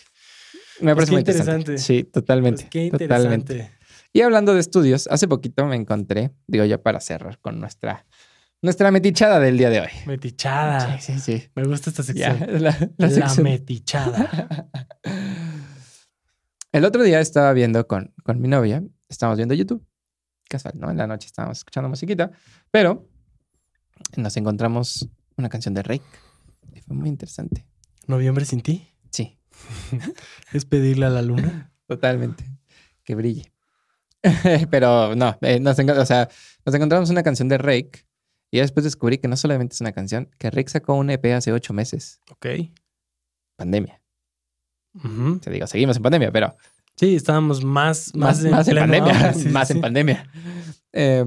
Speaker 2: Me
Speaker 1: Pues
Speaker 2: parece
Speaker 1: qué
Speaker 2: muy interesante.
Speaker 1: interesante.
Speaker 2: Sí, totalmente.
Speaker 1: Pues qué
Speaker 2: Totalmente.
Speaker 1: interesante.
Speaker 2: Y hablando de estudios, hace poquito me encontré, digo ya para cerrar con nuestra, nuestra metichada del día de hoy.
Speaker 1: Metichada.
Speaker 2: Sí, sí, sí.
Speaker 1: Me gusta esta
Speaker 2: Ya,
Speaker 1: sección.
Speaker 2: la, la
Speaker 1: Ah, La,
Speaker 2: sección.
Speaker 1: metichada.
Speaker 2: El otro día estaba viendo con, con mi novia, estábamos viendo YouTube, casual, ¿no? En la noche estábamos escuchando musiquita, pero nos encontramos una canción de Rake. Y fue muy interesante.
Speaker 1: Noviembre sin ti
Speaker 2: Sí,
Speaker 1: es pedirle a la luna.
Speaker 2: Totalmente. Que brille. Pero no, eh, nos, enco- o sea, nos encontramos una canción de Rake y ya después descubrí que no solamente es una canción, que Rake sacó un EP hace ocho meses.
Speaker 1: Ok.
Speaker 2: Pandemia.
Speaker 1: Ujú.
Speaker 2: Te digo, seguimos en pandemia, pero
Speaker 1: Sí, estábamos más, más,
Speaker 2: más, más en
Speaker 1: pleno
Speaker 2: pandemia.
Speaker 1: auge, sí, sí,
Speaker 2: más en
Speaker 1: sí.
Speaker 2: pandemia. Eh,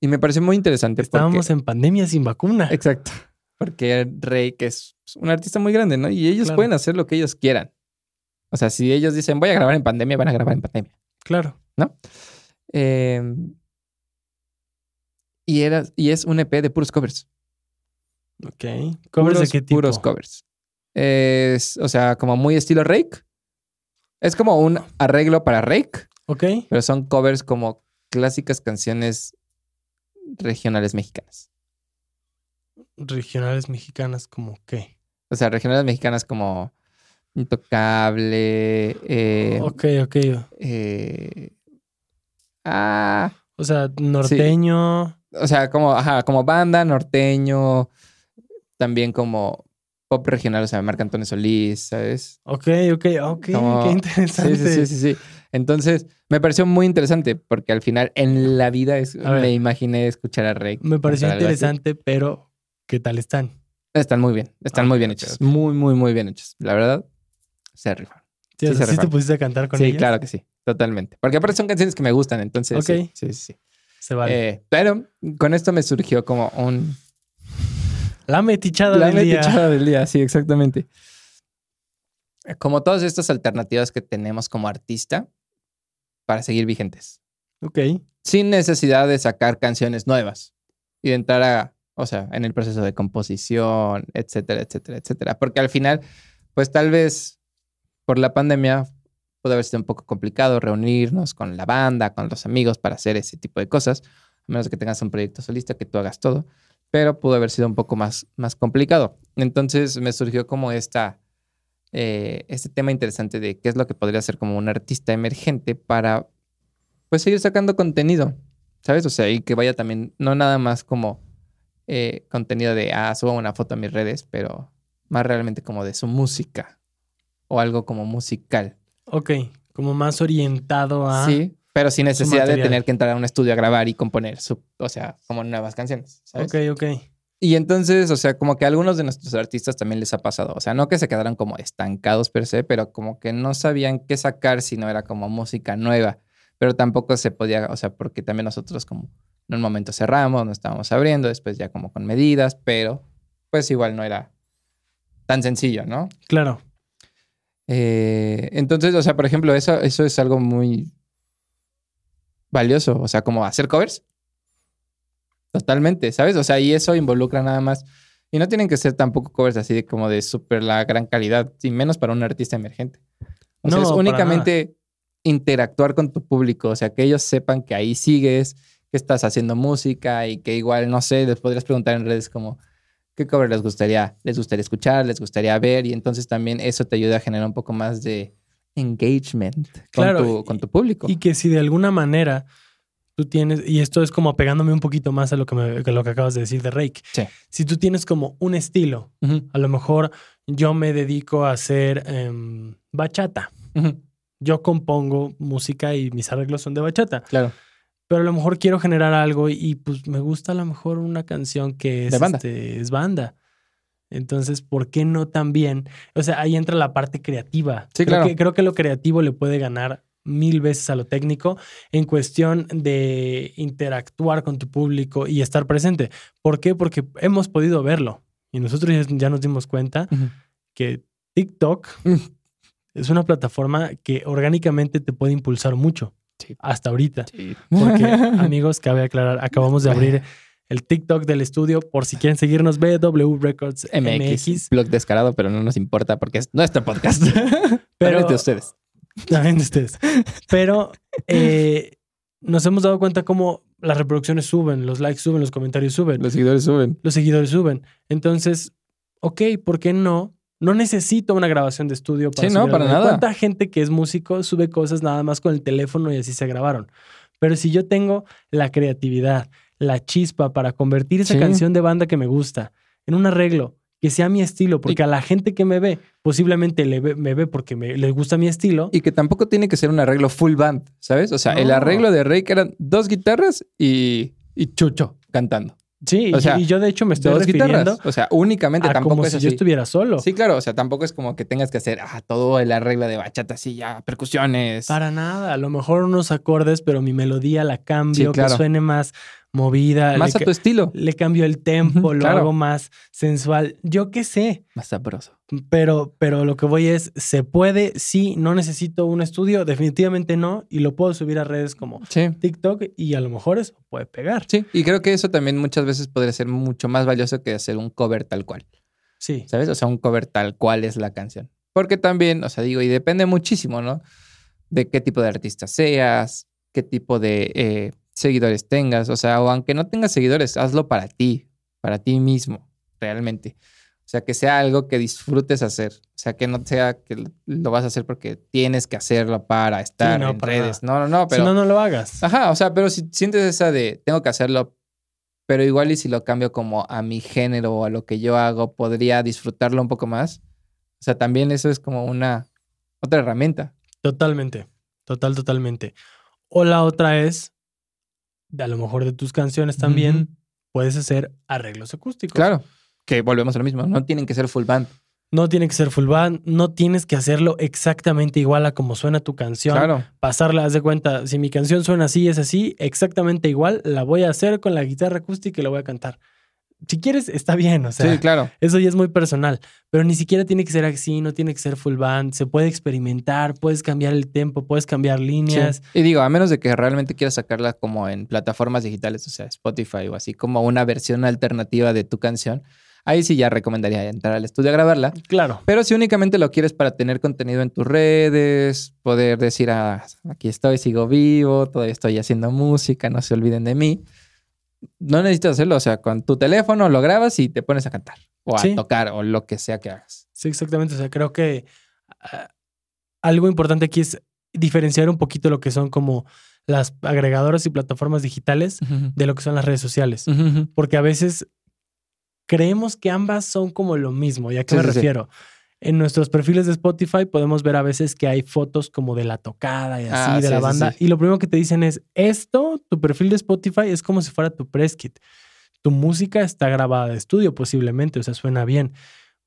Speaker 2: y me pareció muy interesante
Speaker 1: Estábamos en pandemia sin vacuna.
Speaker 2: porque... Exacto. Porque Rake es un artista muy grande, ¿no? Y ellos
Speaker 1: Claro.
Speaker 2: pueden hacer lo que ellos quieran. O sea, si ellos dicen, voy a grabar en pandemia, van a grabar en pandemia.
Speaker 1: Claro.
Speaker 2: Eh, y, era, y es un EP de puros covers.
Speaker 1: Ok. ¿Covers de
Speaker 2: Puros-
Speaker 1: qué tipo?
Speaker 2: Puros covers. Es, o sea, como muy estilo Rake. Es como un arreglo para Rake,
Speaker 1: Ok.
Speaker 2: pero son covers como clásicas canciones regionales mexicanas.
Speaker 1: Regionales mexicanas, como qué.
Speaker 2: O sea, regionales mexicanas como Intocable. eh,
Speaker 1: ok, ok.
Speaker 2: eh, ah,
Speaker 1: O sea, norteño.
Speaker 2: o sea, como, ajá, como banda, norteño, también como pop regional, o sea, Marc Antonio Solís, ¿sabes?
Speaker 1: Ok, ok, ok.
Speaker 2: Como-
Speaker 1: Qué
Speaker 2: Sí,
Speaker 1: interesante.
Speaker 2: sí, sí, sí, sí. Entonces, me pareció muy interesante porque al final en la vida es-
Speaker 1: A ver.
Speaker 2: me imaginé escuchar a Rey.
Speaker 1: Me pareció
Speaker 2: cantar algo así.
Speaker 1: interesante, pero ¿qué tal están?
Speaker 2: Están muy bien, están
Speaker 1: Ah,
Speaker 2: muy bien
Speaker 1: ok,
Speaker 2: hechos.
Speaker 1: ok.
Speaker 2: Muy, muy, muy bien hechos. La verdad, se rifaron.
Speaker 1: Sí, o sea,
Speaker 2: Sí, se
Speaker 1: ¿sí te
Speaker 2: rifaron.
Speaker 1: pusiste a cantar con
Speaker 2: Sí,
Speaker 1: ellos?
Speaker 2: claro que sí, totalmente. Porque aparte son canciones que me gustan, entonces. sí,
Speaker 1: Ok.
Speaker 2: Sí, sí, sí.
Speaker 1: Se vale.
Speaker 2: Eh, pero con esto me surgió como un
Speaker 1: la metichada
Speaker 2: La
Speaker 1: del día.
Speaker 2: metichada del día, sí, exactamente. como todas estas alternativas que tenemos como artista para seguir vigentes.
Speaker 1: Ok.
Speaker 2: Sin necesidad de sacar canciones nuevas y de entrar a, o sea, en el proceso de composición, etcétera, etcétera, etcétera. Porque al final, pues tal vez por la pandemia pudo haber sido un poco complicado reunirnos con la banda, con los amigos para hacer ese tipo de cosas, a menos que tengas un proyecto solista que tú hagas todo, pero pudo haber sido un poco más, más complicado. Entonces me surgió como esta, eh, este tema interesante de qué es lo que podría hacer como un artista emergente para pues seguir sacando contenido, ¿sabes? O sea, y que vaya también, no nada más como eh, contenido de, ah, subo una foto a mis redes, pero más realmente como de su música o algo como musical.
Speaker 1: Ok. Como más orientado a.
Speaker 2: Sí, pero sin necesidad de
Speaker 1: Ah, material.
Speaker 2: tener que entrar a un estudio a grabar y componer, su- o sea, como nuevas canciones. ¿sabes?
Speaker 1: Ok, ok.
Speaker 2: Y entonces, o sea, como que a algunos de nuestros artistas también les ha pasado. O sea, no que se quedaran como estancados per se, pero como que no sabían qué sacar si no era como música nueva. Pero tampoco se podía, o sea, porque también nosotros como en un momento cerramos, no estábamos abriendo, después ya como con medidas, pero pues igual no era tan sencillo, ¿no?
Speaker 1: Claro.
Speaker 2: Eh, entonces, o sea, por ejemplo, eso, eso es algo muy valioso. O sea, como hacer covers. Totalmente, ¿sabes? O sea, y eso involucra nada más. Y no tienen que ser tampoco covers así de como de súper la gran calidad, y menos para un artista emergente. O sea,
Speaker 1: No,
Speaker 2: es
Speaker 1: para
Speaker 2: únicamente interactuar con tu público. O sea, que ellos sepan que ahí sigues, que estás haciendo música y que igual, no sé, les podrías preguntar en redes como, qué cover les gustaría, les gustaría escuchar, les gustaría ver, y entonces también eso te ayuda a generar un poco más de engagement con,
Speaker 1: Claro,
Speaker 2: tu,
Speaker 1: y-
Speaker 2: con tu público.
Speaker 1: Y que si de alguna manera tú tienes, y esto es como pegándome un poquito más a lo que, me- que lo que acabas de decir de Rake.
Speaker 2: Sí.
Speaker 1: Si tú tienes como un estilo,
Speaker 2: Ujú,
Speaker 1: a lo mejor yo me dedico a hacer em, bachata.
Speaker 2: ujú,
Speaker 1: Yo compongo música y mis arreglos son de bachata,
Speaker 2: claro.
Speaker 1: pero a lo mejor quiero generar algo y, y, pues me gusta a lo mejor una canción que es,
Speaker 2: De banda.
Speaker 1: este, es banda. Entonces, ¿por qué no también? O sea, ahí entra la parte creativa.
Speaker 2: Sí,
Speaker 1: creo
Speaker 2: claro.
Speaker 1: Que, creo que lo creativo le puede ganar mil veces a lo técnico en cuestión de interactuar con tu público y estar presente. ¿Por qué? Porque hemos podido verlo y nosotros ya- ya nos dimos cuenta
Speaker 2: Ujú.
Speaker 1: que TikTok
Speaker 2: Mm.
Speaker 1: es una plataforma que orgánicamente te puede impulsar mucho.
Speaker 2: Sí.
Speaker 1: Hasta ahorita. Porque, amigos, cabe aclarar, acabamos de abrir el TikTok del estudio. Por si quieren seguirnos, BW Records
Speaker 2: MX,
Speaker 1: MX.
Speaker 2: blog descarado, pero no nos importa porque es nuestro podcast. pero
Speaker 1: Pero
Speaker 2: es de ustedes.
Speaker 1: también de ustedes. Pero eh, nos hemos dado cuenta cómo las reproducciones suben, los likes suben, los comentarios suben,
Speaker 2: Los seguidores suben.
Speaker 1: los seguidores suben. Entonces, ok, ¿por qué no? No necesito una grabación de estudio para
Speaker 2: Sí, no,
Speaker 1: subir
Speaker 2: para
Speaker 1: algo.
Speaker 2: nada.
Speaker 1: ¿Cuánta gente que es músico sube cosas nada más con el teléfono y así se grabaron? Pero si yo tengo la creatividad, la chispa para convertir esa
Speaker 2: Sí.
Speaker 1: canción de banda que me gusta en un arreglo que sea mi estilo, porque a la gente que me ve, posiblemente le ve- me ve porque me, le gusta mi estilo.
Speaker 2: Y que tampoco tiene que ser un arreglo full band, ¿sabes? O sea, el
Speaker 1: No.
Speaker 2: arreglo de Rey que eran dos guitarras y, y Chucho cantando.
Speaker 1: Sí,
Speaker 2: O
Speaker 1: y-
Speaker 2: sea,
Speaker 1: y yo de hecho me estoy
Speaker 2: dos
Speaker 1: refiriendo
Speaker 2: guitarras. O sea, únicamente
Speaker 1: a
Speaker 2: tampoco
Speaker 1: como
Speaker 2: es
Speaker 1: si
Speaker 2: así.
Speaker 1: yo estuviera solo.
Speaker 2: Sí, claro, o sea, tampoco es como que tengas que hacer ah, todo el arreglo de bachata, así ya, percusiones.
Speaker 1: Para nada, a lo mejor unos acordes, pero mi melodía la cambio,
Speaker 2: Sí, claro.
Speaker 1: que suene más movida,
Speaker 2: más a
Speaker 1: le,
Speaker 2: tu
Speaker 1: ca-
Speaker 2: estilo.
Speaker 1: le cambio el tempo,
Speaker 2: Ujú,
Speaker 1: lo
Speaker 2: claro.
Speaker 1: hago más sensual, yo qué sé,
Speaker 2: Más sabroso.
Speaker 1: pero, pero lo que voy es, se puede, sí, no necesito un estudio, definitivamente no, y lo puedo subir a redes como
Speaker 2: Sí.
Speaker 1: TikTok y a lo mejor eso puede pegar.
Speaker 2: Sí, y creo que eso también muchas veces podría ser mucho más valioso que hacer un cover tal cual,
Speaker 1: Sí,
Speaker 2: ¿sabes? O sea, un cover tal cual es la canción. Porque también, o sea, digo, y depende muchísimo, ¿no? De qué tipo de artista seas, qué tipo de eh, seguidores tengas, o sea, o aunque no tengas seguidores, hazlo para ti, para ti mismo, realmente. O sea, que sea algo que disfrutes hacer. O sea, que no sea que lo vas a hacer porque tienes que hacerlo para estar
Speaker 1: no,
Speaker 2: en
Speaker 1: para
Speaker 2: redes. No, no, no, pero... Ah.
Speaker 1: si no, no lo hagas.
Speaker 2: Ajá, o sea, pero si sientes esa de tengo que hacerlo, pero igual y si lo cambio como a mi género o a lo que yo hago, podría disfrutarlo un poco más. O sea, también eso es como una otra herramienta.
Speaker 1: Totalmente, total, totalmente. O la otra es, de a lo mejor de tus canciones también,
Speaker 2: Ujú.
Speaker 1: puedes hacer arreglos acústicos.
Speaker 2: Claro. Que volvemos a lo mismo, no tienen que ser full band.
Speaker 1: No tiene que ser full band, no tienes que hacerlo exactamente igual a como suena tu canción.
Speaker 2: Claro.
Speaker 1: Pasarla, haz de cuenta, si mi canción suena así, es así, exactamente igual, la voy a hacer con la guitarra acústica y la voy a cantar. si quieres, está bien, o sea,
Speaker 2: sí, claro.
Speaker 1: eso ya es muy personal, pero ni siquiera tiene que ser así, no tiene que ser full band, se puede experimentar, puedes cambiar el tempo, puedes cambiar
Speaker 2: Sí.
Speaker 1: líneas.
Speaker 2: Y digo, a menos de que realmente quieras sacarla como en plataformas digitales, o sea, Spotify o así, como una versión alternativa de tu canción, ahí sí ya recomendaría entrar al estudio a grabarla.
Speaker 1: Claro,
Speaker 2: Pero si únicamente lo quieres para tener contenido en tus redes, poder decir, ah, aquí estoy, sigo vivo, todavía estoy haciendo música, no se olviden de mí. No necesitas hacerlo, o sea, con tu teléfono lo grabas y te pones a cantar o a
Speaker 1: Sí.
Speaker 2: tocar o lo que sea que hagas.
Speaker 1: sí, exactamente, o sea, creo que ah, algo importante aquí es diferenciar un poquito lo que son como las agregadoras y plataformas digitales de lo que son las redes sociales.
Speaker 2: Ujú, ujú.
Speaker 1: porque a veces creemos que ambas son como lo mismo. ¿Y a qué
Speaker 2: Sí,
Speaker 1: me
Speaker 2: sí, sí.
Speaker 1: refiero? En nuestros perfiles de Spotify podemos ver a veces que hay fotos como de la tocada y así,
Speaker 2: Ah,
Speaker 1: de
Speaker 2: sí,
Speaker 1: la
Speaker 2: sí,
Speaker 1: banda.
Speaker 2: sí.
Speaker 1: Y lo primero que te dicen es, esto, tu perfil de Spotify es como si fuera tu press kit. Tu música está grabada de estudio posiblemente, o sea, suena bien.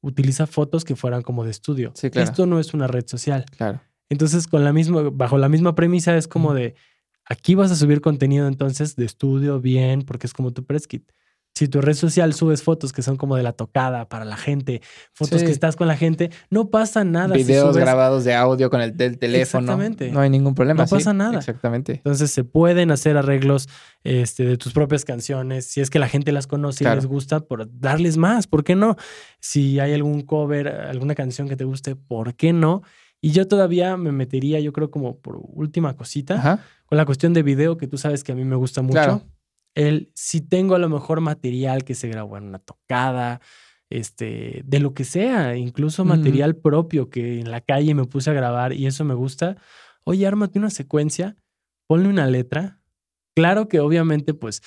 Speaker 1: Utiliza fotos que fueran como de estudio.
Speaker 2: Sí, claro.
Speaker 1: Esto no es una red social.
Speaker 2: Claro.
Speaker 1: Entonces, con la misma, bajo la misma premisa, es como
Speaker 2: Ujú.
Speaker 1: de aquí vas a subir contenido entonces de estudio bien, porque es como tu press kit. Si tu red social subes fotos que son como de la tocada para la gente, fotos
Speaker 2: Sí.
Speaker 1: que estás con la gente, no pasa nada. si
Speaker 2: Videos
Speaker 1: subes-
Speaker 2: grabados de audio con el del teléfono.
Speaker 1: Exactamente.
Speaker 2: No hay ningún problema.
Speaker 1: No
Speaker 2: sí,
Speaker 1: pasa nada.
Speaker 2: Exactamente.
Speaker 1: Entonces se pueden hacer arreglos este, de tus propias canciones. Si es que la gente las conoce y
Speaker 2: Claro.
Speaker 1: les gusta, por darles más. ¿Por qué no? Si hay algún cover, alguna canción que te guste, ¿por qué no? Y yo todavía me metería, yo creo, como por última cosita.
Speaker 2: Ajá.
Speaker 1: con la cuestión de video, que tú sabes que a mí me gusta mucho,
Speaker 2: Claro.
Speaker 1: el si tengo a lo mejor material que se grabó en una tocada, este, de lo que sea, incluso
Speaker 2: Ujú.
Speaker 1: material propio que en la calle me puse a grabar y eso me gusta, oye, ármate una secuencia, ponle una letra. Claro que obviamente, pues,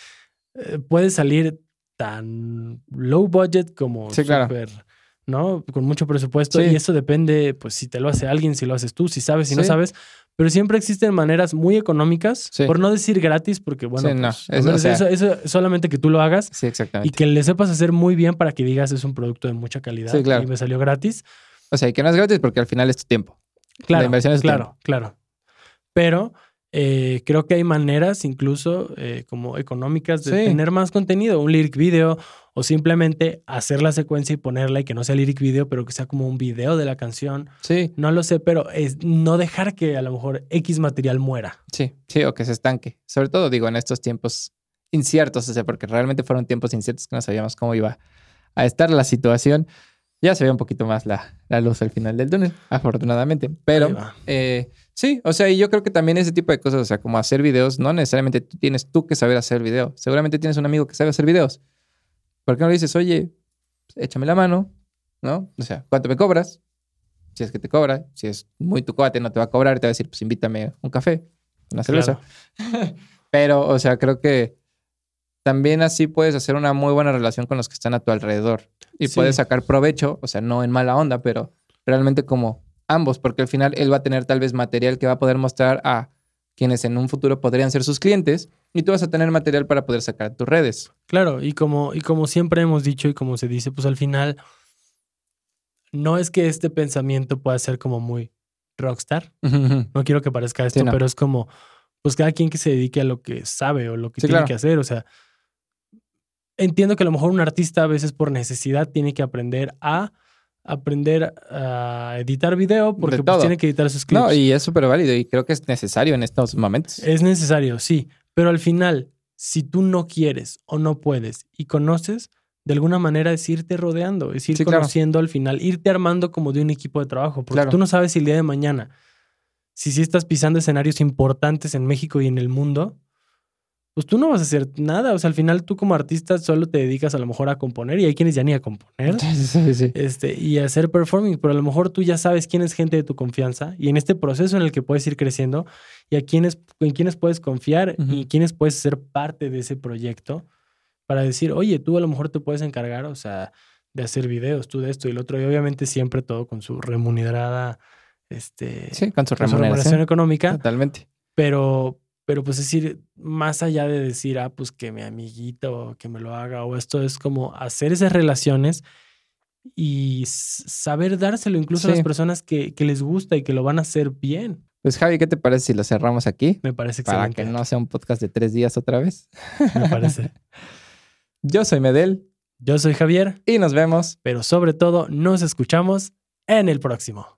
Speaker 1: eh, puede salir tan low budget como
Speaker 2: Sí, claro.
Speaker 1: súper, ¿no? Con mucho presupuesto.
Speaker 2: Sí.
Speaker 1: Y eso depende, pues, si te lo hace alguien, si lo haces tú, si sabes, si no
Speaker 2: Sí.
Speaker 1: sabes. Pero siempre existen maneras muy económicas,
Speaker 2: Sí.
Speaker 1: por no decir gratis, porque bueno,
Speaker 2: Sí, no,
Speaker 1: pues, a
Speaker 2: eso, o
Speaker 1: menos
Speaker 2: sea-
Speaker 1: eso, eso solamente que tú lo hagas
Speaker 2: Sí,
Speaker 1: y
Speaker 2: exactamente.
Speaker 1: que le sepas hacer muy bien para que digas es un producto de mucha calidad
Speaker 2: Sí, claro.
Speaker 1: y me salió gratis.
Speaker 2: O sea, y que no es gratis porque al final es tu tiempo.
Speaker 1: Claro,
Speaker 2: inversión es
Speaker 1: claro,
Speaker 2: tiempo.
Speaker 1: claro. Pero eh, creo que hay maneras incluso eh, como económicas de
Speaker 2: Sí.
Speaker 1: tener más contenido, un lyric video o simplemente hacer la secuencia y ponerla y que no sea lyric video, pero que sea como un video de la canción.
Speaker 2: Sí,
Speaker 1: No lo sé, pero es no dejar que a lo mejor X material muera.
Speaker 2: sí, sí, o que se estanque. Sobre todo, digo, en estos tiempos inciertos, o sea, porque realmente fueron tiempos inciertos que no sabíamos cómo iba a estar la situación. Ya se ve un poquito más la, la luz al final del túnel, afortunadamente.
Speaker 1: Ahí
Speaker 2: Pero
Speaker 1: va.
Speaker 2: eh, sí, o sea, y yo creo que también ese tipo de cosas, o sea, como hacer videos, no necesariamente tú tienes tú que saber hacer video. Seguramente tienes un amigo que sabe hacer videos. ¿Por qué no le dices, oye, pues, échame la mano, ¿no? O sea, ¿cuánto me cobras? Si es que te cobra, si es muy tu cuate, no te va a cobrar, te va a decir, pues invítame un café, una cerveza.
Speaker 1: Claro.
Speaker 2: Pero, o sea, creo que también así puedes hacer una muy buena relación con los que están a tu alrededor y
Speaker 1: Sí.
Speaker 2: puedes sacar provecho, o sea, no en mala onda, pero realmente como ambos, porque al final él va a tener tal vez material que va a poder mostrar a quienes en un futuro podrían ser sus clientes y tú vas a tener material para poder sacar tus redes.
Speaker 1: Claro, y como, y como siempre hemos dicho y como se dice, pues al final no es que este pensamiento pueda ser como muy rockstar. No quiero que parezca esto,
Speaker 2: no.
Speaker 1: pero es como, pues cada quien que se dedique a lo que sabe o lo que
Speaker 2: Sí,
Speaker 1: tiene
Speaker 2: claro.
Speaker 1: que hacer. O sea, entiendo que a lo mejor un artista a veces por necesidad tiene que aprender a aprender a editar video porque pues,
Speaker 2: todo.
Speaker 1: tiene que editar sus clips. Eh,
Speaker 2: No, y es súper válido y creo que es necesario en estos momentos.
Speaker 1: Es necesario, sí, pero al final, si tú no quieres o no puedes y conoces, de alguna manera es irte rodeando, es ir
Speaker 2: Sí, claro.
Speaker 1: conociendo al final, irte armando como de un equipo de trabajo, porque
Speaker 2: Claro.
Speaker 1: tú no sabes si el día de mañana, si sí estás pisando escenarios importantes en México y en el mundo, pues tú no vas a hacer nada, o sea, al final tú como artista solo te dedicas a lo mejor a componer y hay quienes ya ni a componer
Speaker 2: Sí, sí, sí.
Speaker 1: este, y hacer performing, pero a lo mejor tú ya sabes quién es gente de tu confianza y en este proceso en el que puedes ir creciendo y a quiénes, en quiénes puedes confiar y
Speaker 2: Ujú.
Speaker 1: quiénes puedes ser parte de ese proyecto para decir, oye, tú a lo mejor te puedes encargar, o sea, de hacer videos, tú de esto y el otro, y obviamente siempre todo con su remunerada, este,
Speaker 2: Sí, con su
Speaker 1: con su remuneración
Speaker 2: remuneración.
Speaker 1: económica,
Speaker 2: Totalmente.
Speaker 1: pero, pero pues es ir más allá de decir, ah, pues que mi amiguito, que me lo haga o esto, es como hacer esas relaciones y s- saber dárselo incluso a las
Speaker 2: Sí.
Speaker 1: personas que, que les gusta y que lo van a hacer bien.
Speaker 2: Pues Javi, ¿qué te parece si lo cerramos aquí?
Speaker 1: Me parece
Speaker 2: Para
Speaker 1: excelente.
Speaker 2: que no sea un podcast de tres días otra vez.
Speaker 1: Me parece.
Speaker 2: Yo soy Medel
Speaker 1: Yo soy Javier,
Speaker 2: Y nos vemos.
Speaker 1: pero sobre todo nos escuchamos en el próximo.